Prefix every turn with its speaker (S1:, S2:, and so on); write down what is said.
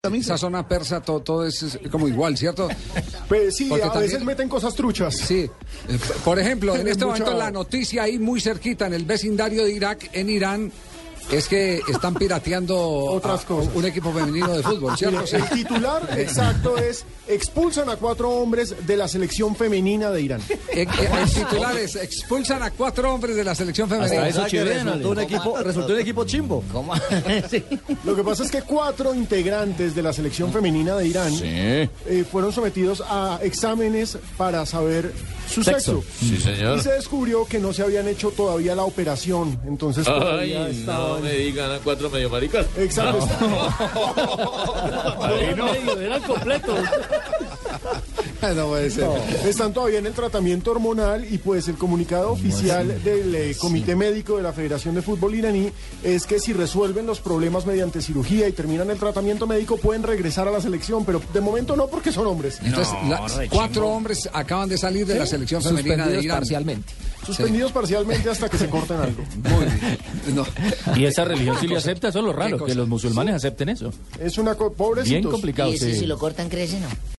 S1: También esa zona persa, todo, todo es es como igual, ¿cierto?
S2: Pues sí,
S1: Porque
S2: a
S1: también-
S2: veces meten cosas truchas.
S1: Sí. Eh, p- Por ejemplo, en este
S2: Mucho-
S1: momento la noticia ahí muy cerquita, en el vecindario de Irak, en Irán, es que están pirateando
S2: Otras
S1: a-
S2: cosas.
S1: un equipo femenino de fútbol,
S2: Mira,
S1: ¿cierto? Sí.
S2: el titular exacto es expulsan a cuatro hombres de la selección femenina de Irán.
S1: Eh, eh, El titular es expulsan a cuatro hombres de la selección femenina.
S3: eso resultó, un equipo, resultó un equipo chimbo.
S2: Lo que pasa es que cuatro integrantes de la selección femenina de Irán eh, fueron sometidos a exámenes para saber su sexo.
S4: Sí, señor.
S2: Y se descubrió que no se habían hecho todavía la operación, entonces pues, todavía
S4: Ay, no
S2: estaban-
S4: me digan a cuatro medio maricas.
S2: Exacto.
S3: Eran completos.
S2: Ah,
S1: No puede ser.
S2: Están todavía en el tratamiento hormonal y pues el comunicado oficial del eh, Comité Médico de la Federación de Fútbol iraní es que si resuelven los problemas mediante cirugía y terminan el tratamiento médico pueden regresar a la selección, pero de momento no porque son hombres.
S1: Entonces, las cuatro hombres acaban de salir de la selección femenina de Irán.
S3: parcialmente.
S2: Suspendidos parcialmente hasta que se corten algo.
S1: Muy bien. No.
S5: Y esa religión sí le acepta, eso es lo
S1: Qué
S5: raro,
S1: cosa.
S5: que los musulmanes acepten eso.
S2: Es una co-
S5: Bien
S2: pobrecitos.
S5: complicado.
S6: Y eso,
S5: sí.
S6: si lo cortan, crece, ¿no?